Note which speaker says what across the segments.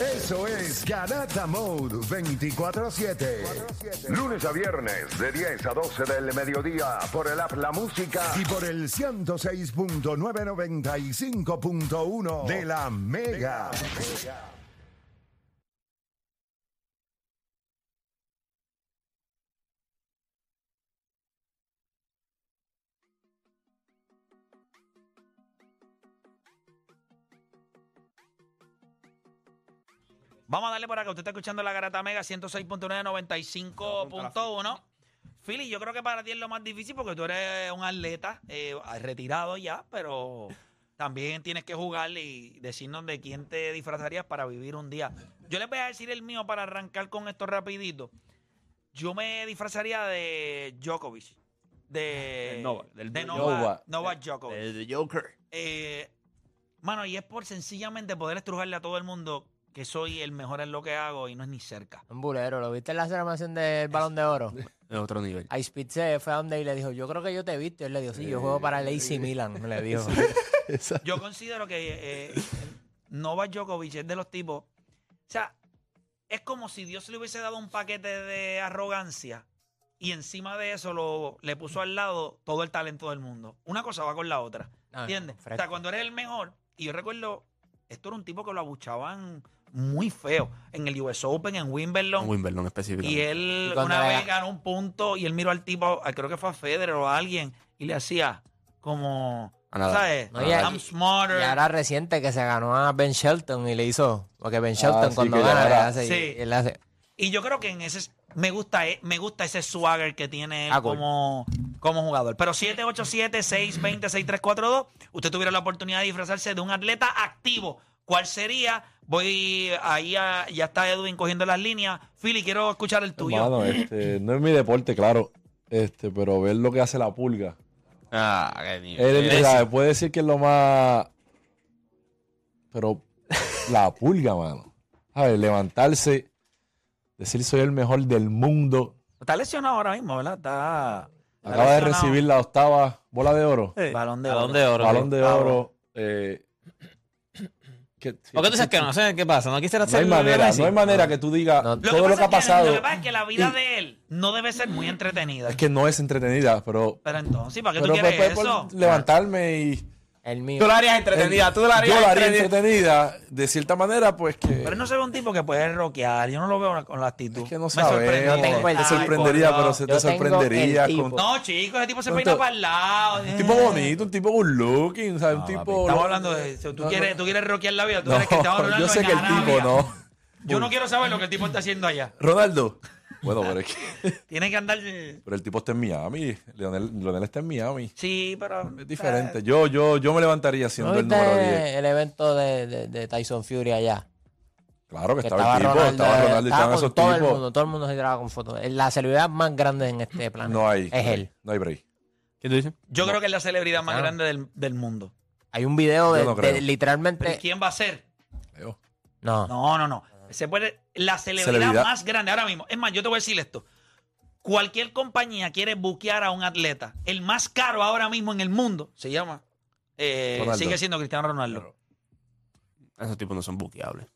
Speaker 1: Eso es Garata Mode 24-7.
Speaker 2: Lunes a viernes de 10 a 12 del mediodía por el app La Música.
Speaker 1: Y por el 106.995.1 de la Mega.
Speaker 3: Vamos a darle por acá. Usted está escuchando la Garata Mega 106.995.1. Philly, yo creo que para ti es lo más difícil porque tú eres un atleta eh, retirado ya, pero también tienes que jugar y decirnos de quién te disfrazarías para vivir un día. Yo les voy a decir el mío para arrancar con esto rapidito. Yo me disfrazaría de Djokovic. De,
Speaker 4: Del Novak, del
Speaker 3: de
Speaker 4: Novak.
Speaker 3: Novak- Novak Djokovic.
Speaker 4: El Joker.
Speaker 3: Eh, mano, y es por sencillamente poder estrujarle a todo el mundo que soy el mejor en lo que hago y no es ni cerca.
Speaker 5: Un bulero, ¿lo viste en la celebración del Balón de Oro?
Speaker 6: Es otro nivel.
Speaker 5: Ice Speed se fue a donde y le dijo, yo creo que yo te he visto. Y él le dijo, sí, yo juego para el AC Milan, le dijo.
Speaker 3: Yo considero que eh, Novak Djokovic es de los tipos. O sea, es como si Dios le hubiese dado un paquete de arrogancia y encima de eso lo, le puso al lado todo el talento del mundo. Una cosa va con la otra.
Speaker 5: Ah,
Speaker 3: ¿Entiendes?
Speaker 5: fresco.
Speaker 3: O sea, cuando eres el mejor, y yo recuerdo, esto era un tipo que lo abuchaban muy feo en el US Open, en Wimbledon.
Speaker 6: Wimbledon
Speaker 3: Y
Speaker 6: específicamente.
Speaker 3: él
Speaker 5: Y cuando
Speaker 3: una
Speaker 5: le
Speaker 3: vez
Speaker 5: ga-
Speaker 3: ganó un punto y él miró al tipo, a- creo que fue a Federer o a alguien, y le hacía como,
Speaker 6: A nada.
Speaker 3: ¿sabes?
Speaker 5: No, y
Speaker 3: I'm
Speaker 5: ahí-
Speaker 3: smarter.
Speaker 5: Y ahora reciente que se ganó a Ben Shelton y le hizo, porque Ben Shelton
Speaker 4: Ah, sí,
Speaker 5: cuando
Speaker 4: que
Speaker 5: gana le
Speaker 4: ahora-
Speaker 5: hace,
Speaker 3: Sí.
Speaker 5: y él hace,
Speaker 3: Y yo creo que en ese me gusta e- me gusta ese swagger que tiene él
Speaker 5: Ah, cool.
Speaker 3: como, como jugador. Pero 787 620 6342 usted tuviera la oportunidad de disfrazarse de un atleta activo. ¿Cuál sería? Voy ahí a- ya está Edwin cogiendo las líneas. Philly, quiero escuchar el tuyo.
Speaker 4: Hermano, este, no es mi deporte, claro. Este, pero ver lo que hace la pulga.
Speaker 6: Ah, qué nivel.
Speaker 4: Él,
Speaker 6: Messi.
Speaker 4: mira, puede decir que es lo más. Pero la pulga, mano. A ver, levantarse, decir soy el mejor del mundo.
Speaker 3: Está lesionado ahora mismo, ¿verdad? Está, está
Speaker 4: Acaba de
Speaker 3: lesionado.
Speaker 4: recibir la octava bola de oro.
Speaker 3: Balón de
Speaker 6: Balón
Speaker 3: oro.
Speaker 6: de oro.
Speaker 4: Balón de
Speaker 3: Ah,
Speaker 4: oro. eh, que-
Speaker 6: ¿Por qué tú dices que no? sé ¿Qué pasa? ¿No quisiera
Speaker 4: No hay
Speaker 6: ser
Speaker 4: manera,
Speaker 6: Messi?
Speaker 4: no hay manera que tú digas
Speaker 5: No. Lo
Speaker 3: Lo
Speaker 4: todo
Speaker 3: pasa
Speaker 4: lo que ha
Speaker 3: es
Speaker 4: pasado.
Speaker 3: Lo que pasa es que la vida de él no debe ser muy entretenida.
Speaker 4: Es que no es entretenida, pero.
Speaker 3: Pero entonces, ¿para qué
Speaker 4: pero
Speaker 3: tú quieres
Speaker 4: pues, pues,
Speaker 3: eso?
Speaker 4: levantarme y.
Speaker 5: el mío.
Speaker 6: Tú la harías entretenida, tú la harías
Speaker 4: yo la haría
Speaker 6: entretenida.
Speaker 4: entretenida, de cierta manera, pues que.
Speaker 3: Pero él no se ve un tipo que puede roquear. Yo no lo veo con la actitud.
Speaker 4: es que no
Speaker 3: Me
Speaker 4: sabes.
Speaker 3: sorprendió.
Speaker 5: Yo tengo el
Speaker 4: te
Speaker 5: tipo.
Speaker 4: sorprendería,
Speaker 3: Ay, por
Speaker 4: pero
Speaker 3: Dios.
Speaker 5: Yo
Speaker 4: se te
Speaker 5: tengo el
Speaker 4: sorprendería.
Speaker 5: tipo.
Speaker 4: con-
Speaker 3: No, chicos, ese tipo se
Speaker 4: Entonces-
Speaker 3: peina para el lado.
Speaker 4: Un tipo bonito, un tipo good looking, ¿sabes? un tipo.
Speaker 3: Estamos hablando de eso. ¿Tú,
Speaker 4: No,
Speaker 3: quieres,
Speaker 4: no.
Speaker 3: tú quieres roquear la vida. Tú
Speaker 4: No,
Speaker 3: crees que estamos hablando
Speaker 4: yo sé
Speaker 3: en
Speaker 4: que el tipo
Speaker 3: Arabia.
Speaker 4: no.
Speaker 3: Yo no quiero saber lo que el tipo está haciendo allá.
Speaker 4: Ronaldo. Bueno, pero es que.
Speaker 3: Tiene que andar.
Speaker 4: Pero el tipo está en Miami. Leonel, Leonel está en Miami.
Speaker 3: Sí, pero. eh,
Speaker 4: Es diferente. Yo, yo, yo me levantaría siendo
Speaker 5: ¿No
Speaker 4: el número
Speaker 5: viste
Speaker 4: 10.
Speaker 5: el evento de, de- de Tyson Fury allá?
Speaker 4: Claro que,
Speaker 5: Que
Speaker 4: Pues estaba, el tipo, estaba Ronaldo y estaban
Speaker 5: estaba
Speaker 4: esos
Speaker 5: con todo el
Speaker 4: tipos.
Speaker 5: mundo, todo el mundo se graba con fotos. La celebridad más grande en este planeta
Speaker 4: No hay.
Speaker 5: es él.
Speaker 4: No hay break.
Speaker 6: ¿Qué tú dices?
Speaker 3: Yo creo que es la celebridad más
Speaker 4: Ah.
Speaker 5: Claro.
Speaker 3: grande del, del mundo.
Speaker 5: Hay un video de,
Speaker 4: Yo no
Speaker 5: de
Speaker 4: creo.
Speaker 3: ¿Pero ¿y
Speaker 5: literalmente...
Speaker 3: quién va a ser?
Speaker 4: Leo.
Speaker 5: No,
Speaker 3: No, no, no. Se puede, la celebridad,
Speaker 4: Celebridad.
Speaker 3: más grande ahora mismo. Es más, yo te voy a decir esto. Cualquier compañía quiere buquear a un atleta. El más caro ahora mismo en el mundo se llama. eh,
Speaker 4: Ronaldo.
Speaker 3: sigue siendo Cristiano Ronaldo.
Speaker 6: Esos tipos no son buqueables.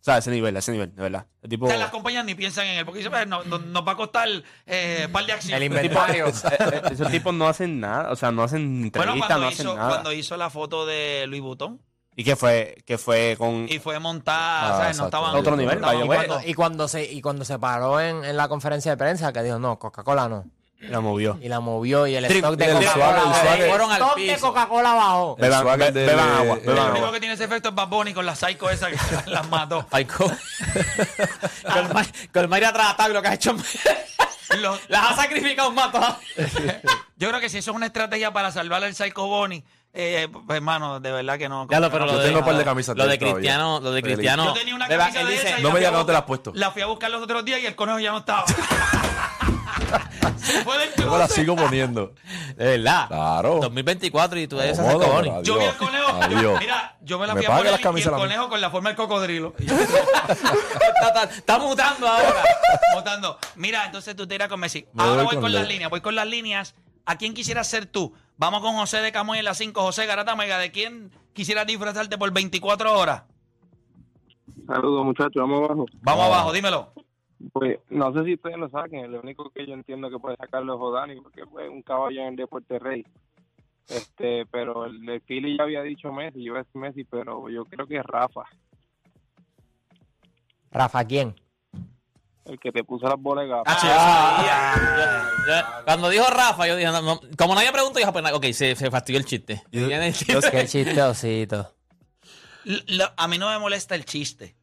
Speaker 6: O sea, ese nivel, ese nivel, de verdad. El tipo.
Speaker 3: O sea, las compañías ni piensan en él porque dicen, "Pues, no, no- nos va a costar eh, un par de acciones.
Speaker 5: el inventario.
Speaker 6: eh, esos tipos no hacen nada. O sea, no hacen
Speaker 3: Bueno,
Speaker 6: entrevistas,
Speaker 3: cuando,
Speaker 6: no hacen
Speaker 3: hizo,
Speaker 6: nada.
Speaker 3: cuando hizo la foto de Louis Vuitton
Speaker 6: ¿Y qué fue? ¿Qué fue con.?
Speaker 3: y fue montada,
Speaker 4: Ah,
Speaker 3: ¿sabes? No
Speaker 4: exacto.
Speaker 3: estaban.
Speaker 6: Otro
Speaker 3: no
Speaker 6: nivel,
Speaker 3: estaban-
Speaker 6: vaya,
Speaker 5: y,
Speaker 6: bueno.
Speaker 5: cuando, y cuando se, y cuando se paró en, en la conferencia de prensa, que dijo, no, Coca-Cola no.
Speaker 6: La movió.
Speaker 5: Y la movió y el
Speaker 6: Trip-
Speaker 5: stock de
Speaker 4: el
Speaker 5: Coca-Cola
Speaker 4: swagger, el
Speaker 5: bajó.
Speaker 4: swagger.
Speaker 5: El
Speaker 6: Fueron al
Speaker 5: stock de
Speaker 6: piso.
Speaker 5: Coca-Cola bajó.
Speaker 4: El
Speaker 6: Beban,
Speaker 4: swagger
Speaker 6: be-
Speaker 4: de-
Speaker 6: beban agua,
Speaker 4: eh,
Speaker 6: beban
Speaker 3: Lo único
Speaker 6: agua.
Speaker 3: que tiene ese efecto es Bad Bunny con la psycho esa que las mató.
Speaker 6: Colmaria atrás de lo que has hecho.
Speaker 3: Los-
Speaker 6: Las ha sacrificado un mato.
Speaker 3: Yo creo que si eso es una estrategia para salvar al Psycho Bonnie, eh, pues, hermano, de verdad que no.
Speaker 7: Ya lo, pero
Speaker 4: Yo
Speaker 7: lo
Speaker 4: tengo
Speaker 7: de,
Speaker 4: un par de camisas
Speaker 7: lo
Speaker 4: de
Speaker 7: de
Speaker 4: él todavía.
Speaker 7: Cristiano, lo de
Speaker 4: Pero él-
Speaker 7: Cristiano.
Speaker 3: Yo tenía una
Speaker 7: Beba,
Speaker 3: camisa
Speaker 7: él
Speaker 3: de
Speaker 7: dice,
Speaker 3: esa y
Speaker 4: no
Speaker 3: la
Speaker 4: me
Speaker 3: fui a
Speaker 4: digas que no te
Speaker 3: buscar-
Speaker 4: la has puesto.
Speaker 3: La fui a buscar los otros días y el conejo ya no estaba. Se fue del
Speaker 4: Yo me la
Speaker 3: closet.
Speaker 4: sigo poniendo.
Speaker 7: De verdad.
Speaker 4: Claro.
Speaker 7: 2024 y tú debes hacer
Speaker 4: Cómodo,
Speaker 7: Coboni.
Speaker 4: adiós,
Speaker 3: Yo vi al conejo.
Speaker 4: adiós.
Speaker 3: Mira, yo me la
Speaker 4: Me
Speaker 3: fui a
Speaker 4: paga
Speaker 3: poner
Speaker 4: las
Speaker 3: y el
Speaker 4: camisas la mía.
Speaker 3: conejo con la forma del cocodrilo.
Speaker 7: Está, está- está mutando ahora.
Speaker 3: Votando. Mira, entonces tú te irás con Messi.
Speaker 4: Me
Speaker 3: Ahora
Speaker 4: voy
Speaker 3: voy con,
Speaker 4: con
Speaker 3: las
Speaker 4: Leo.
Speaker 3: líneas, voy con las líneas. ¿A quién quisieras ser tú? Vamos con José de Camoy en las 5. José Garata Mega, ¿de quién quisieras disfrazarte por 24 horas?
Speaker 8: Saludos, muchachos, vamos abajo.
Speaker 3: Vamos abajo, dímelo.
Speaker 8: Pues no sé si ustedes lo saquen, lo único que yo entiendo que puede sacarlo es Jodani, porque fue un caballo en el Deporte Rey. Este, pero el de Philly ya había dicho Messi, yo es Messi, pero yo creo que es Rafa,
Speaker 5: Rafa, ¿quién?
Speaker 8: el que te puso las bolas de gafa.
Speaker 7: Ah, yo sabía. Yo- yo- Cuando dijo Rafa, yo dije, no, no. como nadie preguntó, dijo, pues, na- ok, se, se fastidió el chiste. Viene el chiste.
Speaker 5: Qué chistosito.
Speaker 3: L- lo- a mí no me molesta el chiste.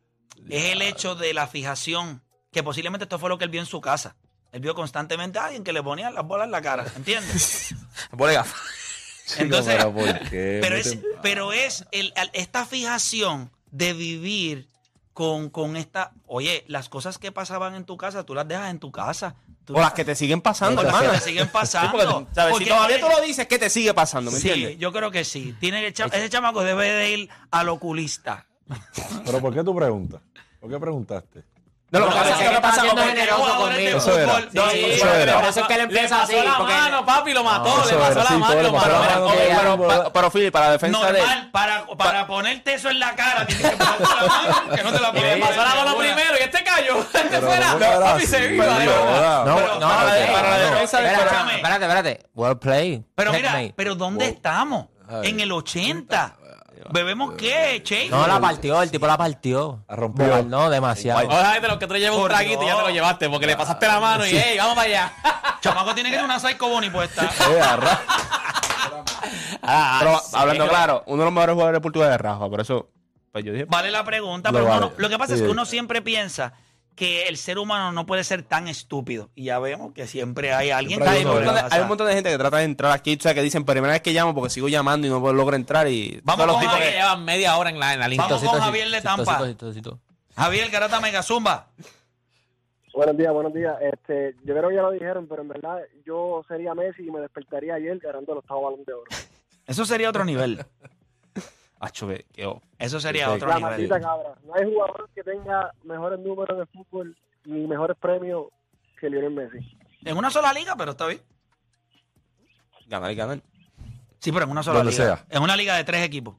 Speaker 3: Es el hecho de la fijación, que posiblemente esto fue lo que él vio en su casa. Él vio constantemente a alguien que le ponían las bolas en la cara, ¿entiendes?
Speaker 7: Ponle gafas.
Speaker 4: Chico,
Speaker 3: Entonces,
Speaker 4: pero ¿por qué?
Speaker 3: pero
Speaker 4: Muy
Speaker 3: es,
Speaker 4: temprano.
Speaker 3: pero es el- al- esta fijación de vivir con, con esta... Oye, las cosas que pasaban en tu casa, tú las dejas en tu casa. Tú
Speaker 6: O las que te siguen pasando,
Speaker 3: las
Speaker 6: hermano.
Speaker 3: que te siguen
Speaker 6: Sí, porque, eh,
Speaker 3: pasando.
Speaker 6: ¿sabes?
Speaker 3: Porque
Speaker 6: si todavía tú
Speaker 3: tiene-
Speaker 6: lo dices, ¿qué te sigue pasando? ¿Me
Speaker 3: Sí,
Speaker 6: entiendes?
Speaker 3: yo creo que sí. Tiene que cha- ese chamaco debe de ir al oculista.
Speaker 4: ¿Pero por qué tú preguntas? ¿Por qué preguntaste?
Speaker 6: No, lo que
Speaker 5: Porque
Speaker 6: pasa
Speaker 5: se
Speaker 6: es que
Speaker 5: está
Speaker 6: pasa
Speaker 5: haciendo
Speaker 6: como-
Speaker 5: generoso
Speaker 3: Jugadores de
Speaker 5: conmigo.
Speaker 4: Eso era.
Speaker 3: fútbol, no,
Speaker 5: Sí,
Speaker 3: y-
Speaker 4: eso era.
Speaker 5: Por eso es que él empieza así.
Speaker 7: pasó la
Speaker 5: porque-
Speaker 7: mano, papi, lo mató. le
Speaker 4: eso
Speaker 7: pasó
Speaker 4: era,
Speaker 7: la
Speaker 4: sí,
Speaker 7: mano,
Speaker 4: todo
Speaker 7: lo
Speaker 4: le pasó
Speaker 7: mató.
Speaker 4: la mano.
Speaker 6: Ok, pero, pa- pero Philly, para la defensa de él.
Speaker 3: Normal, para, para ponerte eso en la cara, tienes que ponerte la mano, que no te la
Speaker 7: Y le
Speaker 3: ponen.
Speaker 7: pasó la mano primero y este cayó. Este
Speaker 4: Pero
Speaker 7: fuera.
Speaker 4: ¿cómo que era
Speaker 7: Papi
Speaker 4: así?
Speaker 7: se vino. de verdad.
Speaker 4: Joda.
Speaker 5: No,
Speaker 3: Pero-
Speaker 5: no,
Speaker 3: para la-
Speaker 5: eh,
Speaker 3: para la
Speaker 5: no.
Speaker 3: defensa de-
Speaker 5: Espera,
Speaker 3: escúchame.
Speaker 5: Espérate, espérate. Well play.
Speaker 3: Pero mira,
Speaker 5: Checkmate.
Speaker 3: pero ¿dónde estamos? En el 80. ¿Bebemos qué, Che?
Speaker 5: No, la partió, el tipo la partió.
Speaker 4: La rompió.
Speaker 5: Bogal, No, demasiado.
Speaker 7: Ojalá gente, los que tú le llevas un
Speaker 3: Por
Speaker 7: traguito y ya te lo
Speaker 3: Dios.
Speaker 7: llevaste porque le pasaste la mano y, hey, vamos para allá.
Speaker 3: Chamaco tiene que tener una psycho boni puesta.
Speaker 4: Eh, arra-
Speaker 7: Ah,
Speaker 6: Pero,
Speaker 7: sí.
Speaker 6: hablando claro, uno de los mejores jugadores de Portugal es Rafa, por eso. Pues yo dije.
Speaker 3: Vale la pregunta,
Speaker 4: Lo
Speaker 3: pero uno
Speaker 4: vale.
Speaker 3: no- lo que pasa es
Speaker 4: Sí.
Speaker 3: que uno siempre piensa que el ser humano no puede ser tan estúpido. Y ya vemos que siempre hay alguien
Speaker 4: Siempre
Speaker 6: Hay
Speaker 3: que
Speaker 6: un, montón de,
Speaker 3: sobrepasa.
Speaker 6: hay un montón de gente que trata de entrar aquí, o sea, que dicen, primera vez que llamo porque sigo llamando y no logro entrar y...
Speaker 3: Vamos
Speaker 6: Son los
Speaker 3: con
Speaker 7: Tipo
Speaker 6: tipos
Speaker 7: que
Speaker 3: Javier.
Speaker 6: que...
Speaker 7: llevan media hora en la, en la lista.
Speaker 3: Vamos
Speaker 5: Tosito,
Speaker 3: con
Speaker 5: sí,
Speaker 3: Javier de
Speaker 5: sí,
Speaker 3: Tampa.
Speaker 5: tosito, sí, tosito.
Speaker 3: Javier Garata Megazumba.
Speaker 9: Buenos días, buenos días. Este, yo creo que ya lo dijeron, pero en verdad yo sería Messi y me despertaría ayer ganando el octavo balón de oro.
Speaker 3: Eso sería otro nivel.
Speaker 6: Acho, que- que- oh.
Speaker 3: Eso sería
Speaker 4: Sí,
Speaker 3: otro
Speaker 9: La
Speaker 3: nivel.
Speaker 9: maldita cabra. No hay jugador que tenga mejores números de fútbol ni mejores premios que Lionel Messi.
Speaker 3: En una sola liga, pero está bien.
Speaker 6: Ganar y ganar.
Speaker 3: Sí, pero en una sola
Speaker 4: Donde
Speaker 3: liga.
Speaker 4: sea.
Speaker 3: En una liga de tres equipos.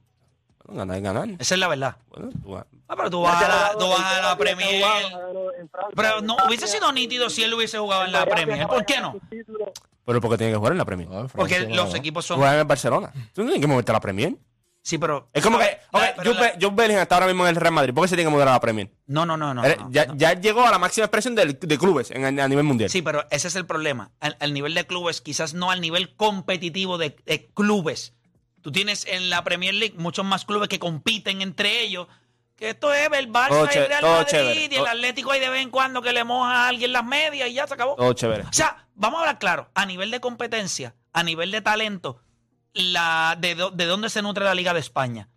Speaker 6: Bueno, ganar y ganar.
Speaker 3: Esa es la verdad.
Speaker 6: Bueno, tú vas-
Speaker 3: Ah, pero tú vas a la, tú vas a la
Speaker 9: Este jugador
Speaker 3: Premier.
Speaker 9: ha ganado en Francia,
Speaker 3: Pero no,
Speaker 9: en
Speaker 3: hubiese sido
Speaker 9: Italia,
Speaker 3: nítido si él hubiese jugado en
Speaker 9: en
Speaker 3: la
Speaker 9: Miami,
Speaker 3: Premier.
Speaker 9: acaba
Speaker 3: ¿Por
Speaker 9: de
Speaker 3: qué
Speaker 9: ganar
Speaker 3: no?
Speaker 9: su título.
Speaker 6: Pero porque tiene que jugar en la Premier.
Speaker 4: No, en Francia
Speaker 3: Porque
Speaker 4: no,
Speaker 3: los
Speaker 4: no.
Speaker 3: equipos son.
Speaker 6: Jugar en el Barcelona. Tú no tienes que moverte a la Premier.
Speaker 3: Sí, pero.
Speaker 6: Es como que... Ok,
Speaker 3: La- eh, pero
Speaker 6: Jude
Speaker 3: la-
Speaker 6: Be- Jude Bellingham está ahora mismo en el Real Madrid. ¿Por qué se tiene que mudar a la Premier?
Speaker 3: No, no, no, no.
Speaker 6: Eres-
Speaker 3: no,
Speaker 6: ya,
Speaker 3: no.
Speaker 6: ya llegó a la máxima expresión del- de clubes en- a nivel mundial.
Speaker 3: Sí, pero ese es el problema. Al, al nivel de clubes, quizás no al nivel competitivo de, de clubes. Tú tienes en la Premier League muchos más clubes que compiten entre ellos. Que esto es el Barça
Speaker 6: Todo
Speaker 3: y el
Speaker 6: chévere,
Speaker 3: Real
Speaker 6: todo
Speaker 3: Madrid
Speaker 6: chévere,
Speaker 3: y el
Speaker 6: todo-
Speaker 3: Atlético hay de vez en cuando que le moja a alguien las medias y ya se acabó.
Speaker 6: Todo chévere.
Speaker 3: O sea, vamos a hablar claro, a nivel de competencia, a nivel de talento, la, de, do- de dónde se nutre la Liga de España?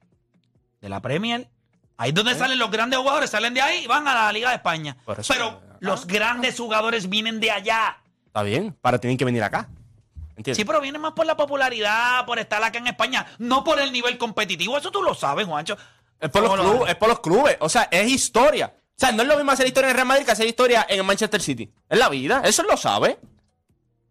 Speaker 3: De la Premier. Ahí es donde salen los grandes jugadores, salen de ahí y van a la Liga de España.
Speaker 6: Por eso- Ah.
Speaker 3: Pero los grandes jugadores vienen de allá.
Speaker 6: Está bien. Para tienen que venir acá. ¿Entiendes?
Speaker 3: Sí, pero vienen más por la popularidad, por estar acá en España, no por el nivel competitivo. Eso tú lo sabes, Juancho.
Speaker 6: Es por, los
Speaker 3: ¿Cómo lo
Speaker 6: clubes,
Speaker 3: haces?
Speaker 6: es por los clubes. O sea, es historia. O sea, no es lo mismo hacer historia en el Real Madrid que hacer historia en el Manchester City. Es la vida. Eso lo sabe.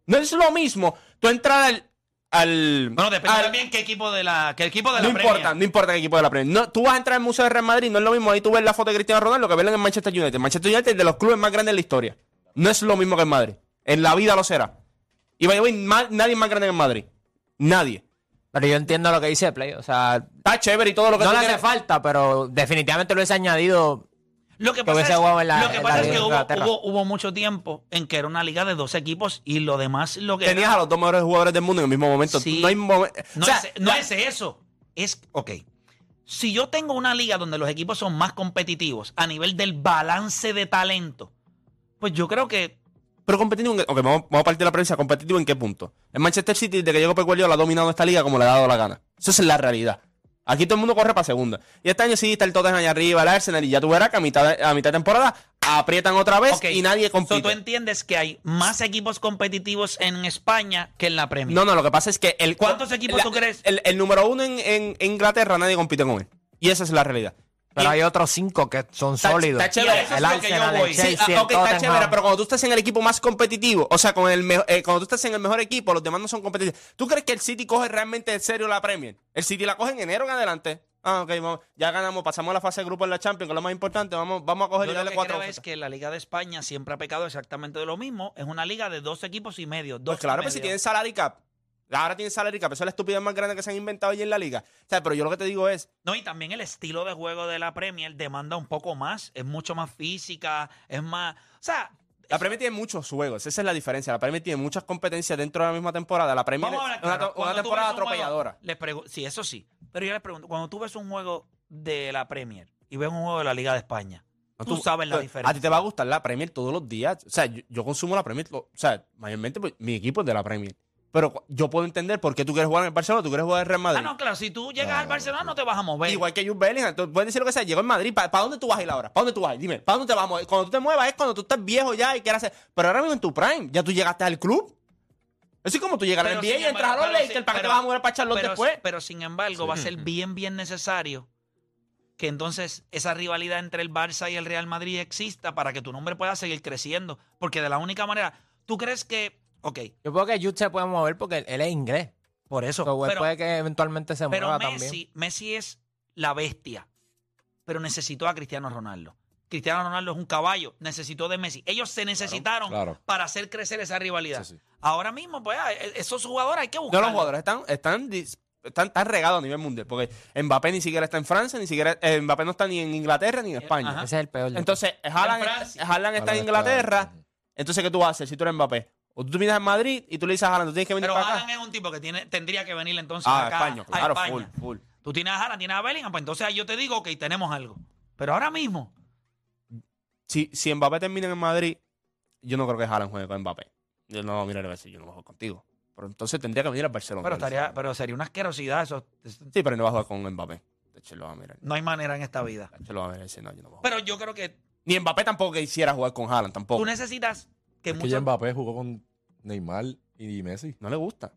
Speaker 6: No es lo mismo tú entrar al. al
Speaker 3: Bueno, depende
Speaker 6: al-
Speaker 3: también qué equipo de la, qué equipo de
Speaker 6: No
Speaker 3: la Premier.
Speaker 6: importa, no importa qué equipo de la Premier. No, tú vas a entrar al Museo del Real Madrid, no es lo mismo ahí tú ves la foto de Cristiano Ronaldo que verla en el Manchester United. El Manchester United es de los clubes más grandes de la historia. No es lo mismo que en Madrid. En la vida lo será. Y by the way, ma- nadie es más grande que en Madrid. Nadie.
Speaker 5: Pero yo entiendo lo que dice Play. O sea,
Speaker 6: Está chévere y todo lo que
Speaker 5: no
Speaker 6: tú
Speaker 5: le hace
Speaker 6: quieras.
Speaker 5: falta, pero definitivamente lo hubiese añadido.
Speaker 3: Lo que
Speaker 5: Que
Speaker 3: pasa
Speaker 5: hubiese
Speaker 3: es,
Speaker 5: jugado en la-
Speaker 3: lo que,
Speaker 5: en
Speaker 3: pasa
Speaker 5: la
Speaker 3: es
Speaker 5: Liga
Speaker 3: que
Speaker 5: de
Speaker 3: hubo,
Speaker 5: Inglaterra.
Speaker 3: hubo- hubo mucho tiempo en que era una liga de 12 equipos y lo demás lo que...
Speaker 6: Tenías a los dos mejores jugadores del mundo en el mismo momento.
Speaker 3: Sí.
Speaker 6: No hay momen-
Speaker 3: no,
Speaker 6: o sea,
Speaker 3: es, no es eso. Es, ok, si yo tengo una liga donde los equipos son más competitivos a nivel del balance de talento, pues yo creo que...
Speaker 6: Pero competitivo, en qué- ok, vamos, vamos a partir de la premisa, competitivo en qué punto. El Manchester City, desde que llegó Pep Guardiola, ha dominado esta liga como le ha dado la gana. Eso es la realidad. Aquí todo el mundo corre para segunda. Y este año sí está el Tottenham allá arriba, el Arsenal, y ya tú verás que a mitad, de- a mitad de temporada aprietan otra vez
Speaker 3: ok,
Speaker 6: y nadie
Speaker 3: so, tú
Speaker 6: compite.
Speaker 3: entiendes que hay más equipos competitivos en España que en la Premier.
Speaker 6: no, no, lo que pasa es que el...
Speaker 3: ¿Cuántos equipos
Speaker 6: la-
Speaker 3: tú crees?
Speaker 6: El, el número uno en, en- en Inglaterra nadie compite con él. Y esa es la realidad.
Speaker 5: Pero
Speaker 6: Y-
Speaker 5: hay otros cinco que son
Speaker 6: Está-
Speaker 5: sólidos.
Speaker 6: está chévere,
Speaker 5: El
Speaker 6: eso
Speaker 3: es lo que yo
Speaker 5: Arsenal,
Speaker 3: voy.
Speaker 5: el
Speaker 3: Sí,
Speaker 6: Sí,
Speaker 5: Chelsea,
Speaker 6: ah,
Speaker 5: el
Speaker 6: ok, está
Speaker 5: Tottenham.
Speaker 6: chévere, pero cuando tú estás en el equipo más competitivo, o sea, con el mejo- eh, cuando tú estás en el mejor equipo, los demás no son competitivos. ¿Tú crees que el City coge realmente en serio la Premier? El City la coge en enero en adelante. Ah, ok, vamos. ya ganamos, pasamos a la fase de grupo en la Champions, que es lo más importante. Vamos, vamos a coger
Speaker 3: Yo
Speaker 6: y
Speaker 3: lo
Speaker 6: darle
Speaker 3: que
Speaker 6: cuatro.
Speaker 3: creo es
Speaker 6: ofertas. Pues
Speaker 3: que la Liga de España siempre ha pecado exactamente de lo mismo. Es una liga de dos equipos y medio. Dos
Speaker 6: Pues claro, pero si tienen salary cap. Ahora tienen salary cap. Eso es la estupidez más grande que se han inventado allí en la liga. O sea, pero yo lo que te digo es,
Speaker 3: No, y también el estilo de juego de la Premier demanda un poco más. Es mucho más física, es más. O sea,
Speaker 6: la Premier tiene muchos juegos. Esa es la diferencia. La Premier tiene muchas competencias dentro de la misma temporada. La Premier
Speaker 3: vamos a hablar
Speaker 6: es una,
Speaker 3: claro.
Speaker 6: una
Speaker 3: Cuando tú
Speaker 6: temporada
Speaker 3: ves un juego,
Speaker 6: atropelladora.
Speaker 3: les pregu- sí, eso sí. Pero yo les pregunto, cuando tú ves un juego de la Premier y ves un juego de la Liga de España, tú, sabes la
Speaker 6: Entonces,
Speaker 3: diferencia.
Speaker 6: pues, A ti te va a gustar la Premier todos los días. O sea, yo, yo consumo la Premier. lo- o sea, mayormente pues, mi equipo es de la Premier. Pero cu- yo puedo entender por qué tú quieres jugar en el Barcelona, tú quieres jugar en el Real Madrid.
Speaker 3: Ah, no, pues. claro, si tú llegas al Barcelona no te vas a mover.
Speaker 6: Igual que Jude Bellingham. Tú puedes decir lo que sea. Llegó en Madrid. ¿Para dónde tú vas a ir ahora? ¿Para dónde tú vas a ir? Dime. ¿Para dónde te vas a mover? Cuando tú te muevas es cuando tú estás viejo ya y quieras hacer... Pero ahora mismo en tu prime. Ya tú llegaste al club. Eso es como tú llegas al
Speaker 3: Pero
Speaker 6: NBA y
Speaker 3: sin
Speaker 6: entras a
Speaker 3: embargo,
Speaker 6: los
Speaker 3: pero
Speaker 6: Lakers.
Speaker 3: sin-
Speaker 6: ¿Para qué te
Speaker 3: pero-
Speaker 6: vas a mover para Charlotte
Speaker 3: pero,
Speaker 6: después?
Speaker 3: pero sin embargo, va a ser bien, bien necesario que entonces esa rivalidad entre el Barça y el Real Madrid exista para que tu nombre pueda seguir creciendo. Porque de la única manera, tú crees que. Ok,
Speaker 5: Yo creo que Jude se puede mover porque él, él es inglés.
Speaker 3: por eso.
Speaker 5: So, él
Speaker 3: pero
Speaker 5: puede que eventualmente se
Speaker 3: pero
Speaker 5: mueva también.
Speaker 3: Messi, Messi es la bestia. Pero necesitó a Cristiano Ronaldo. Cristiano Ronaldo es un caballo. Necesitó de Messi. Ellos se necesitaron
Speaker 4: claro.
Speaker 3: para hacer crecer esa rivalidad.
Speaker 4: sí.
Speaker 3: Ahora mismo, pues, ah, esos jugadores hay que
Speaker 6: No,
Speaker 3: buscar.
Speaker 6: los jugadores están, están, dis- están tan regados a nivel mundial. Porque Mbappé ni siquiera está en Francia, ni siquiera. eh, Mbappé no está ni en Inglaterra ni en España.
Speaker 3: Eh, Ajá.
Speaker 5: Ese es el peor. de-
Speaker 6: Entonces, Haaland,
Speaker 3: En Francia.
Speaker 6: Haaland está en Inglaterra. Entonces, ¿qué tú vas a hacer si tú eres Mbappé? O tú vienes a Madrid y tú le dices a Haaland, tú tienes que venir
Speaker 3: Pero
Speaker 6: para acá.
Speaker 3: Haaland es un tipo que tiene, tendría que venir entonces
Speaker 6: Ah,
Speaker 3: acá,
Speaker 6: España,
Speaker 3: a
Speaker 6: claro,
Speaker 3: España.
Speaker 6: full, full.
Speaker 3: Tú tienes a Haaland, tienes a Bellingham, pues entonces ahí yo te digo, ok, tenemos algo. Pero ahora mismo,
Speaker 6: Si, si Mbappé termina en Madrid, yo no creo que Haaland juegue con Mbappé. Yo no, mira, le voy a decir, yo no voy a jugar contigo. Pero entonces tendría que venir al Barcelona.
Speaker 3: pero, estaría, pero sería una asquerosidad. Eso, es-
Speaker 6: Sí, pero no va a jugar con Mbappé. De hecho, lo va a mirar.
Speaker 3: no hay manera en esta vida.
Speaker 6: De hecho, lo va a mirar y decir, no, yo no voy a jugar.
Speaker 3: Pero yo creo que
Speaker 6: Ni Mbappé tampoco quisiera jugar con Haaland, tampoco.
Speaker 3: tú necesitas que
Speaker 4: Es que
Speaker 3: muchos...
Speaker 4: ya Mbappé jugó con Neymar y Messi.
Speaker 6: No le gusta.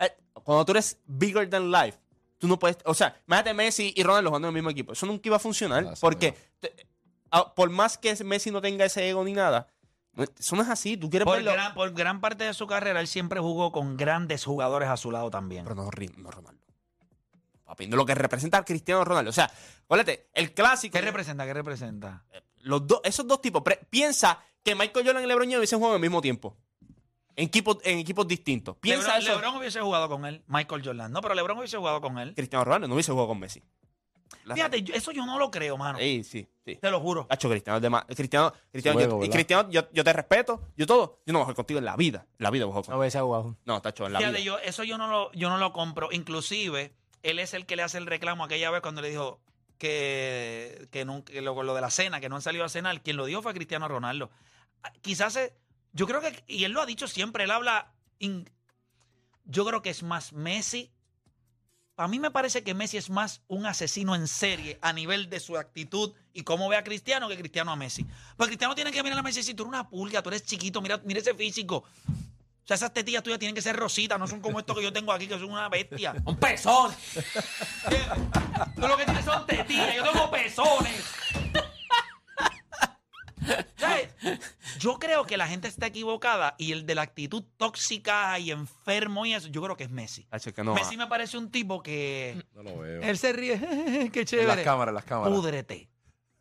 Speaker 6: Eh, cuando tú eres bigger than life, tú no puedes. O sea, imagínate Messi y Ronaldo jugando en el mismo equipo. Eso nunca iba a funcionar.
Speaker 4: Ah, sí,
Speaker 6: porque
Speaker 4: no.
Speaker 6: te- ah, por más que Messi no tenga ese ego ni nada, no- eso no es así. Tú quieres
Speaker 3: por
Speaker 6: verlo.
Speaker 3: gran, por gran parte de su carrera, él siempre jugó con grandes jugadores a su lado también.
Speaker 6: Pero no, Ri- no Ronaldo. Papi, no lo que representa a Cristiano Ronaldo. O sea, acuérdate, el clásico.
Speaker 3: ¿Qué representa? ¿Qué representa?
Speaker 6: los dos, esos dos tipos. pre- piensa que Michael Jordan y LeBron James hubiesen jugado al mismo tiempo. En equipos, en equipos distintos. Piensa
Speaker 3: Lebron,
Speaker 6: eso.
Speaker 3: Lebron hubiese jugado con él, Michael Jordan. No, pero Lebron hubiese jugado con él.
Speaker 6: Cristiano Ronaldo no hubiese jugado con Messi. La-
Speaker 3: Fíjate, yo- eso yo no lo creo, mano.
Speaker 6: Sí, sí, sí.
Speaker 3: Te lo juro.
Speaker 6: Hacho, Cristiano, es de ma- Cristiano, Cristiano,
Speaker 4: Juego,
Speaker 6: yo, y
Speaker 4: ¿verdad?
Speaker 6: Cristiano yo, yo te respeto, yo todo. Yo no voy a jugar contigo en la vida. En la vida voy a jugar
Speaker 5: No
Speaker 6: contigo.
Speaker 5: hubiese jugado.
Speaker 6: No, Tacho, en la
Speaker 3: Fíjate,
Speaker 6: vida.
Speaker 3: yo, eso yo no, lo, yo no lo compro. Inclusive, él es el que le hace el reclamo aquella vez cuando le dijo que, que, nunca- que lo, lo de la cena, que no han salido a cenar. Quien lo dijo fue Cristiano Ronaldo. Ah, Quizás, es- yo creo que, y él lo ha dicho siempre, él habla, in- yo creo que es más Messi. A mí me parece que Messi es más un asesino en serie a nivel de su actitud y cómo ve a Cristiano que Cristiano a Messi. Pues Cristiano tiene que mirar a Messi si tú eres una pulga, tú eres chiquito, mira, mira ese físico. O sea, esas tetillas tuyas tienen que ser rositas, no son como esto que yo tengo aquí, que son una bestia.
Speaker 7: ¡Un pezón!
Speaker 3: Tú lo que tienes son tetillas, yo tengo pezones. ¿Sabes? Yo creo que la gente está equivocada y el de la actitud tóxica y enfermo y eso, yo creo que es Messi.
Speaker 6: Tacho, que no.
Speaker 3: Messi me parece un tipo que...
Speaker 4: No lo veo.
Speaker 3: Él se ríe, qué
Speaker 4: En las
Speaker 3: chévere.
Speaker 4: cámaras, en las cámaras.
Speaker 3: Púdrete.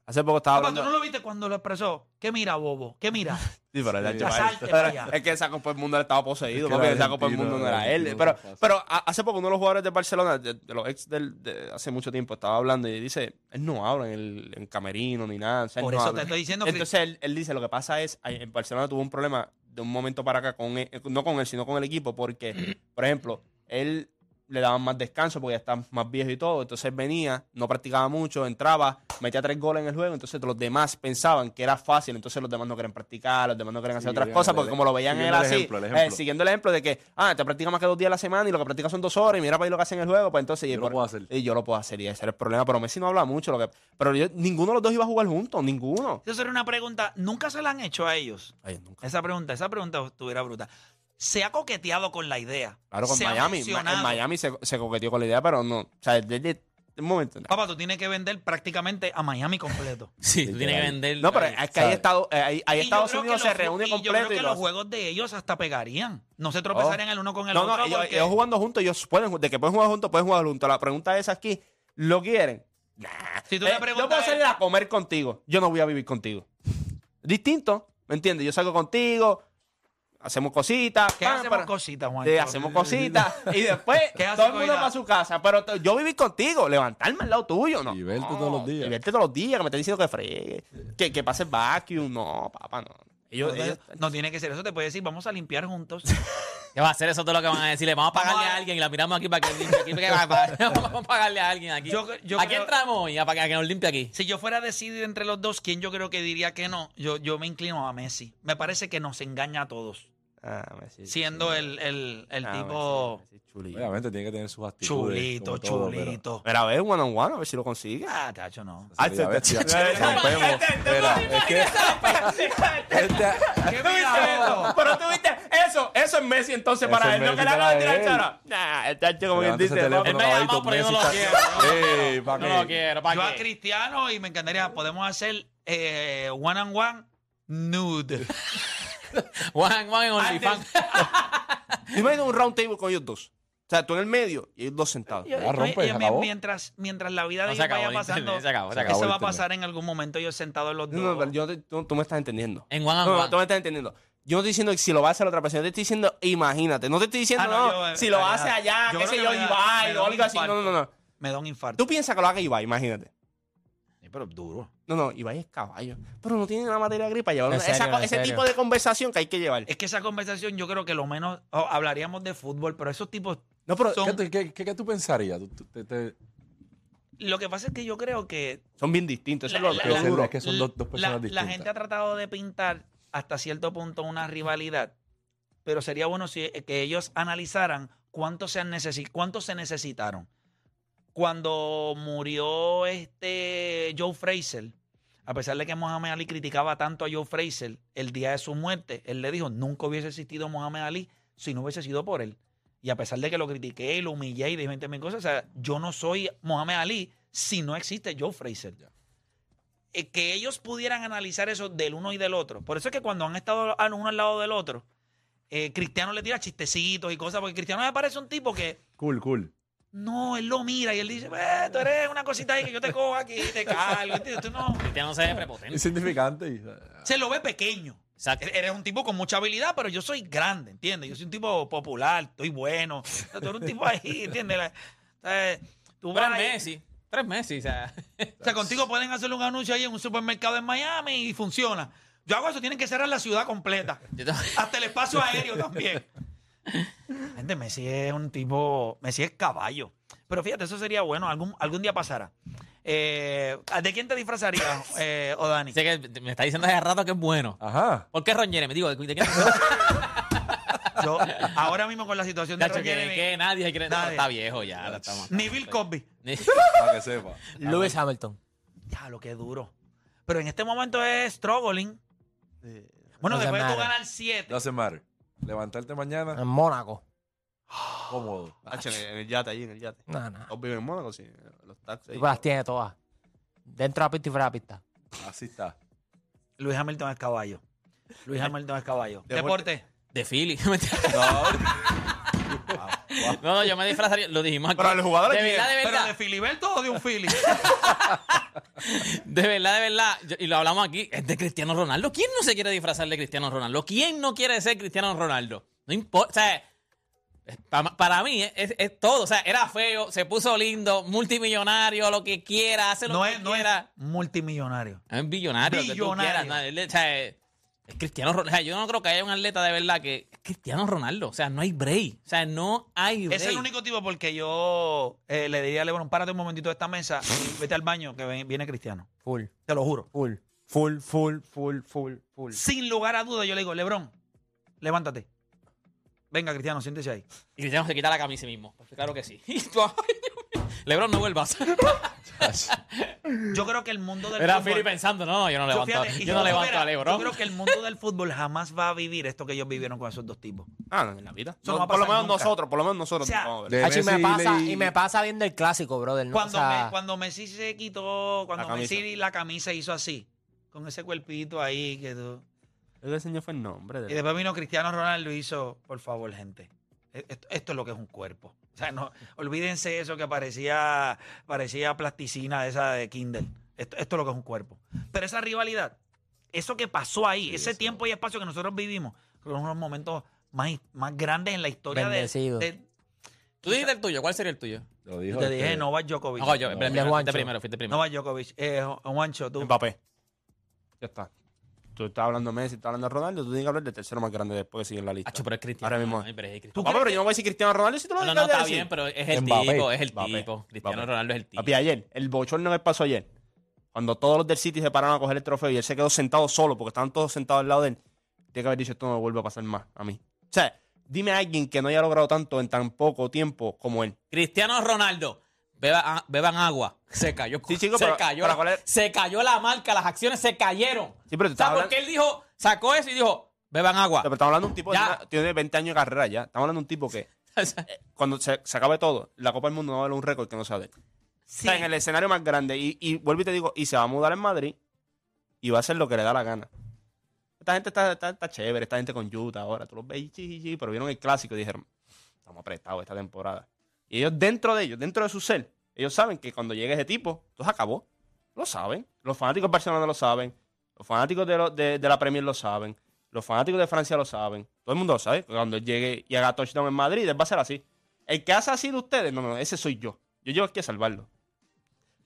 Speaker 6: Hace poco estaba
Speaker 3: Papá, ¿tú
Speaker 6: hablando.
Speaker 3: no lo viste cuando lo expresó? ¿Qué mira, bobo? ¿Qué mira?
Speaker 6: Sí, pero Tacho,
Speaker 3: Ya salte
Speaker 6: pero-
Speaker 3: para allá.
Speaker 6: es que esa Copa del Mundo él estaba poseído,
Speaker 4: Es que
Speaker 6: papi,
Speaker 4: era
Speaker 6: esa Copa del
Speaker 4: argentino,
Speaker 6: Mundo no
Speaker 4: era
Speaker 6: era él.
Speaker 4: argentino,
Speaker 6: Pero,
Speaker 4: fácil.
Speaker 6: pero a- hace poco uno de los jugadores de Barcelona, de, de los ex del, de hace mucho tiempo, estaba hablando y dice, él no habla en, el, en camerino ni nada. o sea, él
Speaker 3: Por
Speaker 6: no
Speaker 3: eso
Speaker 6: habla.
Speaker 3: te estoy diciendo que...
Speaker 6: Entonces él, él dice, lo que pasa es, ay, en Barcelona tuvo un problema de un momento para acá, con él- no con él, sino con el equipo, porque, por ejemplo, él le daban más descanso porque ya está más viejo y todo, entonces él venía, no practicaba mucho, entraba, metía tres goles en el juego, entonces los demás pensaban que era fácil, entonces los demás no querían practicar, los demás no querían hacer
Speaker 4: Sí,
Speaker 6: otras
Speaker 4: bien,
Speaker 6: cosas,
Speaker 4: el-
Speaker 6: porque como lo veían él
Speaker 4: siguiendo el
Speaker 6: así,
Speaker 4: ejemplo, el
Speaker 6: eh,
Speaker 4: ejemplo.
Speaker 6: siguiendo el ejemplo de que, ah, te practicas más que dos días a la semana y lo que practicas son dos horas y mira para ahí lo que hacen en el juego, pues entonces... y
Speaker 4: Yo lo
Speaker 6: por-
Speaker 4: puedo hacer.
Speaker 6: Y yo lo puedo hacer y ese era el problema, pero Messi no habla mucho, lo que, pero yo- ninguno de los dos iba a jugar juntos, ninguno.
Speaker 3: Eso sería una pregunta, nunca se la han hecho a ellos.
Speaker 6: Ay, nunca.
Speaker 3: Esa pregunta, esa pregunta estuviera bruta. Se ha coqueteado con la idea.
Speaker 6: Claro, con
Speaker 3: Se ha
Speaker 6: Miami. Ma-
Speaker 3: mencionado.
Speaker 6: En Miami se, se coqueteó con la idea, pero no. O sea, desde un momento.
Speaker 3: Papá, tú tienes que vender prácticamente a Miami completo.
Speaker 7: Sí, tú tienes que
Speaker 4: Literal.
Speaker 7: vender.
Speaker 6: No, pero es que ahí,
Speaker 4: ¿sabes?
Speaker 6: Estado, eh, ahí, ahí
Speaker 3: Y yo
Speaker 6: Estados
Speaker 3: creo que
Speaker 6: Unidos se
Speaker 3: los-
Speaker 6: reúne
Speaker 3: y
Speaker 6: completo.
Speaker 3: Yo creo que
Speaker 6: y lo
Speaker 3: los
Speaker 6: hace. Oh.
Speaker 3: juegos de ellos hasta pegarían. No se tropezarían el uno con el
Speaker 6: no,
Speaker 3: otro.
Speaker 6: no, ellos,
Speaker 3: porque-
Speaker 6: ellos jugando juntos, ellos pueden, ju- de que pueden jugar juntos, pueden jugar juntos. La pregunta es aquí, ¿Lo quieren?
Speaker 3: Si tú
Speaker 6: Eh,
Speaker 3: le preguntas.
Speaker 6: yo puedo
Speaker 3: a él-
Speaker 6: salir a comer contigo. Yo no voy a vivir contigo. Distinto, ¿me entiendes? Yo salgo contigo, hacemos cositas.
Speaker 3: ¿Qué
Speaker 6: pam,
Speaker 3: hacemos
Speaker 6: para-
Speaker 3: cositas, Juan?
Speaker 6: Sí, hacemos cositas. y después,
Speaker 3: ¿Qué hace
Speaker 6: todo el mundo
Speaker 3: Coila?
Speaker 6: para su casa. Pero t- yo vivir contigo, levantarme al lado tuyo, ¿no?
Speaker 4: Y verte
Speaker 6: No,
Speaker 4: todos los días.
Speaker 6: Y verte todos los días, que me estén diciendo que fregue. Que, que pase vacuum. No, papá, no. Ellos,
Speaker 3: No,
Speaker 6: ellos-
Speaker 3: no tiene que ser eso. Te puede decir, vamos a limpiar juntos.
Speaker 7: ¿Qué va a hacer eso? Todo lo que van a decirle. Vamos a pagarle a alguien y la miramos aquí para que limpie aquí. porque va- va- Vamos a pagarle a alguien aquí.
Speaker 3: Yo- yo
Speaker 7: ¿A
Speaker 3: creo-
Speaker 7: quién entramos hoy? A para que nos limpie aquí.
Speaker 3: Si yo fuera a decidir entre los dos, ¿quién yo creo que diría que no? Yo, yo me inclino a Messi. Me parece que nos engaña a todos.
Speaker 6: Ah, Messi,
Speaker 3: Siendo
Speaker 6: sí.
Speaker 3: el, el- el
Speaker 6: Ah,
Speaker 3: tipo
Speaker 6: Messi, Messi, chulito.
Speaker 4: Obviamente tiene que tener sus actitudes.
Speaker 3: chulito,
Speaker 4: como todo, pero-
Speaker 3: chulito.
Speaker 6: Mira, a ver, one on one, a ver si lo consigue.
Speaker 3: Ah, tacho, no.
Speaker 4: Ah, sería bestia.
Speaker 6: rompemos.
Speaker 4: Espera, es que- Este-
Speaker 3: ¿Qué mira
Speaker 6: Pero tú viste, eso, eso es Messi entonces
Speaker 4: Eso
Speaker 6: para
Speaker 4: es
Speaker 6: él. Lo que
Speaker 4: Messi
Speaker 6: le acaba de
Speaker 4: para
Speaker 6: tirar
Speaker 4: él.
Speaker 6: Chara. Nah, el tacho como quien
Speaker 4: Levanta ese
Speaker 6: dice.
Speaker 4: teléfono,
Speaker 7: Él me ha llamado,
Speaker 4: Babito,
Speaker 7: pero yo no
Speaker 4: Messi
Speaker 7: lo
Speaker 4: está- Ey, ¿pa'
Speaker 7: No
Speaker 4: qué?
Speaker 7: lo quiero,
Speaker 3: Yo
Speaker 7: ¿para
Speaker 3: a
Speaker 7: qué?
Speaker 3: Cristiano y me encantaría, podemos hacer eh, one on one nude.
Speaker 7: Juan, Juan en OnlyFans.
Speaker 6: Tú Imagina un round table con ellos dos. O sea, tú en el medio y ellos dos sentados.
Speaker 4: Ya rompe,
Speaker 3: Oye,
Speaker 4: se
Speaker 3: mi-
Speaker 4: acabó.
Speaker 3: eh, mientras, mientras la vida
Speaker 7: No,
Speaker 3: de
Speaker 7: se
Speaker 3: ellos
Speaker 7: acabó
Speaker 3: vaya
Speaker 7: el internet,
Speaker 3: pasando,
Speaker 7: se acabó, se
Speaker 4: acabó
Speaker 3: eso
Speaker 4: el
Speaker 3: va a
Speaker 4: internet.
Speaker 3: pasar en algún momento, ellos sentados los dos.
Speaker 6: No, no, yo te- tú, tú me estás entendiendo.
Speaker 7: En one on
Speaker 6: No, no,
Speaker 7: one.
Speaker 6: Tú me estás entendiendo. Yo no estoy diciendo que si lo va a hacer otra persona. Yo te estoy diciendo, imagínate. No te estoy diciendo,
Speaker 3: Ah, no,
Speaker 6: no,
Speaker 3: yo, eh,
Speaker 6: si lo
Speaker 3: allá.
Speaker 6: hace allá,
Speaker 3: Yo
Speaker 6: qué
Speaker 3: creo
Speaker 6: sé
Speaker 3: que
Speaker 6: yo,
Speaker 3: me da- me da
Speaker 6: Ibai o
Speaker 3: un
Speaker 6: algo así. No, no, no, no.
Speaker 3: me da un infarto.
Speaker 6: Tú piensas que lo haga Ibai, imagínate.
Speaker 3: Sí, pero duro.
Speaker 6: No, no, Ibai es caballo. Pero no tiene la materia gripa. Llevar
Speaker 5: En
Speaker 6: una- esa
Speaker 5: serio,
Speaker 6: co-
Speaker 5: en
Speaker 6: ese
Speaker 5: serio.
Speaker 6: tipo de conversación que hay que llevar.
Speaker 3: Es que esa conversación yo creo que lo menos oh, hablaríamos de fútbol, pero esos tipos
Speaker 6: No, pero
Speaker 3: son...
Speaker 4: ¿Qué tú- ¿Qué qué- qué tú pensarías? Tú- tú- te- te-
Speaker 3: Lo que pasa es que yo creo que
Speaker 6: son bien distintos. Eso es
Speaker 3: La-
Speaker 6: lo,
Speaker 3: la-
Speaker 6: lo
Speaker 4: es
Speaker 3: la-
Speaker 6: duro.
Speaker 4: el- es que son dos, dos
Speaker 3: la,
Speaker 4: personas
Speaker 3: la
Speaker 4: distintas.
Speaker 3: gente ha tratado de pintar hasta cierto punto una rivalidad, pero sería bueno si, eh, que ellos analizaran cuánto se, han necesi- cuánto se necesitaron. Cuando murió este Joe Fraser, a pesar de que Mohamed Ali criticaba tanto a Joe Fraser el día de su muerte, él le dijo, nunca hubiese existido Mohamed Ali si no hubiese sido por él. Y a pesar de que lo critiqué y lo humillé y dije 20 mil cosas, o sea, yo no soy Mohamed Ali si no existe Joe Fraser. Eh, que ellos pudieran analizar eso del uno y del otro. Por eso es que cuando han estado al- uno al lado del otro, eh, Cristiano le tira chistecitos y cosas, porque Cristiano me parece un tipo que
Speaker 4: Cool, cool.
Speaker 3: no, él lo mira y él dice, "Eh, tú eres una cosita ahí que yo te cojo aquí y te cargo. ¿entiendes? Tú no.
Speaker 7: Cristiano Este se ve prepotente.
Speaker 4: Insignificante. y-
Speaker 3: Se lo ve pequeño.
Speaker 7: Exacto.
Speaker 3: E- Eres un tipo con mucha habilidad, pero yo soy grande, ¿entiendes? Yo soy un tipo popular, estoy bueno. O sea, Tú eres un tipo ahí, ¿entiendes? La- eh, tú
Speaker 7: Tres
Speaker 3: vas ahí-
Speaker 7: Messi. Tres Messi, o sea.
Speaker 3: O sea, contigo pueden hacer un anuncio ahí en un supermercado en Miami y funciona. Yo hago eso, tienen que cerrar la ciudad completa.
Speaker 7: Yo te-
Speaker 3: Hasta el espacio aéreo también. Gente, Messi es un tipo. Messi es caballo. Pero fíjate, eso sería bueno. Algún, algún día pasará. Eh, ¿De quién te disfrazarías, eh, o Dani?
Speaker 7: Sé que me está diciendo hace rato que es bueno.
Speaker 4: Ajá.
Speaker 7: ¿Por qué Ron Jeremy? Digo, ¿de quién?
Speaker 3: Yo, ahora mismo con la situación de
Speaker 7: Nacho,
Speaker 3: Ron
Speaker 7: que,
Speaker 3: Jeremy,
Speaker 7: que nadie se quiere. no,
Speaker 3: Nadie.
Speaker 7: está viejo ya. ahora estamos-
Speaker 3: Ni Bill Cosby.
Speaker 7: Ni-
Speaker 4: Para que sepa.
Speaker 5: Lewis Hamilton.
Speaker 3: Ya, lo que duro. Pero en este momento es struggling. Bueno,
Speaker 5: No se
Speaker 3: después de tú
Speaker 5: matter.
Speaker 3: ganar 7.
Speaker 4: No se matter. Levantarte mañana
Speaker 5: En Mónaco.
Speaker 4: cómodo.
Speaker 6: Hacho, en el yate, allí en el yate.
Speaker 5: No, no.
Speaker 6: Los viven en Mónaco, sí. Los taxis.
Speaker 5: Tú
Speaker 6: ahí.
Speaker 5: las tienes todas. Dentro de la pista y fuera de la pista.
Speaker 4: Así está.
Speaker 3: Luis Hamilton es caballo. Luis Hamilton es caballo.
Speaker 6: Deporte.
Speaker 3: Deporte.
Speaker 7: De Philly. No, no, yo me disfrazaría. Lo dijimos aquí.
Speaker 6: Pero los jugadores
Speaker 7: De verdad, de
Speaker 3: Pero de
Speaker 7: verdad.
Speaker 3: Filiberto o de un Philly.
Speaker 7: De verdad, de verdad. yo- y lo hablamos aquí. Es de Cristiano Ronaldo. ¿Quién no se quiere disfrazar de Cristiano Ronaldo? ¿Quién no quiere ser Cristiano Ronaldo? No importa. O sea, es- pa- para mí es, es- es todo. O sea, era feo, se puso lindo, multimillonario, lo que quiera, hace lo
Speaker 3: No
Speaker 7: que
Speaker 3: es, no es
Speaker 7: quiera.
Speaker 3: multimillonario.
Speaker 7: Es un billonario. que tú
Speaker 3: Billonario.
Speaker 7: quieras, ¿no? Él, o sea, es es Cristiano Ronaldo. O sea, yo no creo que haya un atleta de verdad que. Es Cristiano Ronaldo. O sea, no hay break. O sea, no hay break.
Speaker 3: Es el único tipo porque yo eh, le diría a Lebron, párate un momentito de esta mesa y vete al baño que ven- viene Cristiano.
Speaker 5: Full,
Speaker 3: Te lo juro.
Speaker 5: full.
Speaker 6: Full, full, full, full, full.
Speaker 3: Sin lugar a duda yo le digo, Lebron, levántate. Venga, Cristiano, siéntese ahí.
Speaker 7: Y Cristiano se quita la camisa mismo. pues, Claro que sí. Y tú, ay, Dios mío. Lebron, no vuelvas.
Speaker 3: Yo creo que el mundo del
Speaker 7: Era
Speaker 3: fútbol...
Speaker 7: Philly pensando, no, no, yo no
Speaker 3: Yo,
Speaker 7: levanto,
Speaker 3: fíjate, y
Speaker 7: yo no
Speaker 3: tú
Speaker 7: levanto
Speaker 3: supieras,
Speaker 7: a Lebron.
Speaker 3: yo creo que el mundo del fútbol jamás va a vivir esto que ellos vivieron con esos dos tipos.
Speaker 6: Ah, no, en la vida.
Speaker 3: Eso no va a
Speaker 6: por lo
Speaker 3: pasar
Speaker 6: menos
Speaker 3: nunca.
Speaker 6: nosotros, por lo menos nosotros.
Speaker 3: O sea,
Speaker 6: vamos a ver.
Speaker 4: De
Speaker 5: Hacho, y, me
Speaker 4: Messi
Speaker 5: pasa,
Speaker 4: le-
Speaker 5: y me pasa viendo el clásico, brother. ¿no?
Speaker 3: Cuando,
Speaker 5: O sea,
Speaker 3: me- cuando Messi se quitó, cuando
Speaker 6: La camisa.
Speaker 3: Messi la camisa hizo así, con ese cuerpito ahí que tú-
Speaker 6: Yo le señor fue el nombre.
Speaker 3: Y después vino Cristiano Ronaldo y hizo, por favor, gente, e- esto, esto es lo que es un cuerpo. sea, no, olvídense eso que parecía, parecía plasticina de esa de Kindle. Esto, esto es lo que es un cuerpo. Pero esa rivalidad, eso que pasó ahí, ese tiempo y espacio que nosotros vivimos, creo que es uno de los momentos más, más grandes en la historia de-
Speaker 5: Bendecido.
Speaker 3: de,
Speaker 7: Tú dijiste el tuyo, ¿cuál sería el tuyo?
Speaker 4: Lo
Speaker 3: Yo
Speaker 4: dijo
Speaker 3: te
Speaker 4: este-
Speaker 3: dije Novak Djokovic.
Speaker 7: No, yo, primero, fuiste
Speaker 5: Juancho.
Speaker 7: primero, fuiste primero.
Speaker 3: Novak Djokovic. Eh, Ju- Juancho, tú.
Speaker 6: Mbappé. Ya está. Tú estás hablando de Messi, estás hablando de Ronaldo, tú tienes que hablar del tercero más grande después que sigue en la lista.
Speaker 7: Hacho, pero es Cristiano.
Speaker 6: Ahora mismo.
Speaker 7: Ay, pero es
Speaker 3: ¿Tú
Speaker 7: Cristiano.
Speaker 6: Papá,
Speaker 3: crees
Speaker 6: pero yo no voy a decir Cristiano Ronaldo si tú
Speaker 7: No,
Speaker 6: lo
Speaker 7: no,
Speaker 6: acabas de
Speaker 7: está
Speaker 6: decir.
Speaker 7: bien, pero es el
Speaker 4: Mbappé.
Speaker 7: tipo, es el
Speaker 6: Mbappé.
Speaker 7: tipo. Cristiano
Speaker 6: Mbappé.
Speaker 7: Ronaldo es el tipo.
Speaker 6: Papi, ayer, el bochorno que pasó ayer, cuando todos los del City se pararon a coger el trofeo y él se quedó sentado solo porque estaban todos sentados al lado de él, tiene que haber dicho esto no me vuelve a pasar más a mí. O sea, dime a alguien que no haya logrado tanto en tan poco tiempo como él.
Speaker 7: Cristiano Ronaldo, beba- ah, beban agua. Se cayó.
Speaker 6: Sí, chico,
Speaker 7: se,
Speaker 6: pero-
Speaker 7: cayó
Speaker 6: pero ¿cuál es?
Speaker 7: se cayó la marca, las acciones se cayeron.
Speaker 6: Sí, pero tú
Speaker 7: O sea,
Speaker 6: estás
Speaker 7: porque él dijo, sacó eso y dijo, beban agua.
Speaker 6: Pero estamos hablando de un tipo que
Speaker 7: Ya.
Speaker 6: tiene- tiene 20 años de carrera ya. Estamos hablando de un tipo que
Speaker 7: O sea,
Speaker 6: cuando se, se acabe todo, la Copa del Mundo no va a haber un récord que no sea de él.
Speaker 3: Sí.
Speaker 6: Está en el escenario más grande. Y, y vuelvo y te digo, y se va a mudar en Madrid y va a hacer lo que le da la gana. Esta gente está, está, está chévere, esta gente con Utah ahora. Tú los ves, y chi, chi, chi, pero vieron el clásico y dijeron, estamos apretados esta temporada. Y ellos dentro de ellos, dentro de su ser, ellos saben que cuando llegue ese tipo, todo se acabó. Lo saben. Los fanáticos de Barcelona lo saben. Los fanáticos de, lo- de- de la Premier lo saben. Los fanáticos de Francia lo saben. Todo el mundo lo sabe. Cuando él llegue y haga touchdown en Madrid, él va a ser así. El que hace así de ustedes, no, no, ese soy yo. Yo llevo aquí a salvarlo.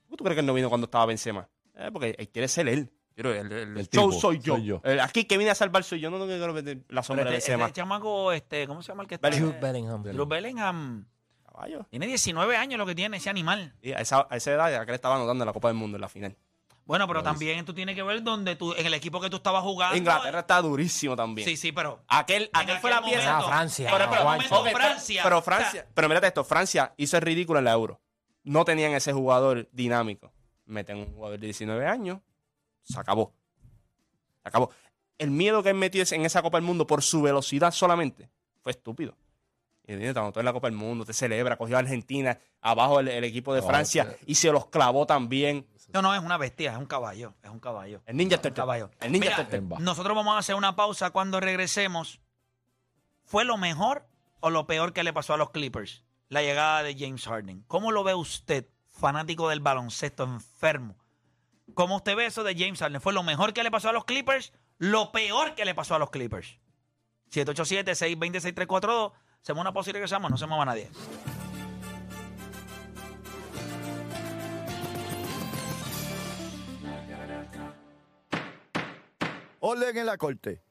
Speaker 6: ¿Por qué tú crees que él no vino cuando estaba Benzema? Eh, porque él quiere ser él. Yo creo que el, el
Speaker 4: El
Speaker 6: show
Speaker 4: tipo,
Speaker 6: soy yo.
Speaker 4: soy yo.
Speaker 6: El- aquí que viene a salvar soy yo. No, no quiero ver la sombra
Speaker 3: Pero
Speaker 6: de
Speaker 3: este,
Speaker 6: Benzema.
Speaker 3: este chamaco, este, ¿cómo se llama el que está?
Speaker 5: Jude Bellingham.
Speaker 3: Drew Bellingham.
Speaker 6: Caballo.
Speaker 3: Tiene 19 años lo que tiene ese animal.
Speaker 6: Y a, esa, a esa edad ya que le estaba anotando en la Copa del Mundo en la final.
Speaker 3: Bueno, pero también tú tienes que ver donde tú, en el equipo que tú estabas jugando. eh,
Speaker 6: Inglaterra está durísimo también.
Speaker 3: Ah, Sí, sí, pero.
Speaker 6: Aquel, aquel
Speaker 3: En
Speaker 6: fue la
Speaker 3: aquel
Speaker 6: pieza.
Speaker 5: Ah,
Speaker 3: momento.
Speaker 5: Francia.
Speaker 3: Pero, pero,
Speaker 5: Juancho.
Speaker 3: momento,
Speaker 6: Ok, pero-
Speaker 3: Francia.
Speaker 6: Pero,
Speaker 3: O sea,
Speaker 6: Francia. pero mira esto: Francia hizo el ridículo en la Euro. No tenían ese jugador dinámico. Meten un jugador de 19 años. Se acabó. Se acabó. El miedo que él metió es- en esa Copa del Mundo por su velocidad solamente fue estúpido. Y el niño te anotó en la Copa del Mundo, te celebra, cogió a Argentina, abajo el, el equipo de
Speaker 4: No,
Speaker 6: Francia
Speaker 4: pero-
Speaker 6: y se los clavó también.
Speaker 3: no, no, es una bestia, es un caballo. Es un caballo.
Speaker 6: El Ninja
Speaker 3: Un
Speaker 6: Turtle.
Speaker 3: caballo.
Speaker 6: El Ninja
Speaker 3: Mira,
Speaker 6: Turtle.
Speaker 4: Temba.
Speaker 3: Nosotros vamos a hacer una pausa cuando regresemos. ¿Fue lo mejor o lo peor que le pasó a los Clippers? La llegada de James Harden. ¿Cómo lo ve usted, fanático del baloncesto enfermo? ¿Cómo usted ve eso de James Harden? ¿Fue lo mejor que le pasó a los Clippers? ¿Lo peor que le pasó a los Clippers? 787-620-6342. Hacemos una pausa y regresamos. No se mueva nadie.
Speaker 1: Orden en la corte.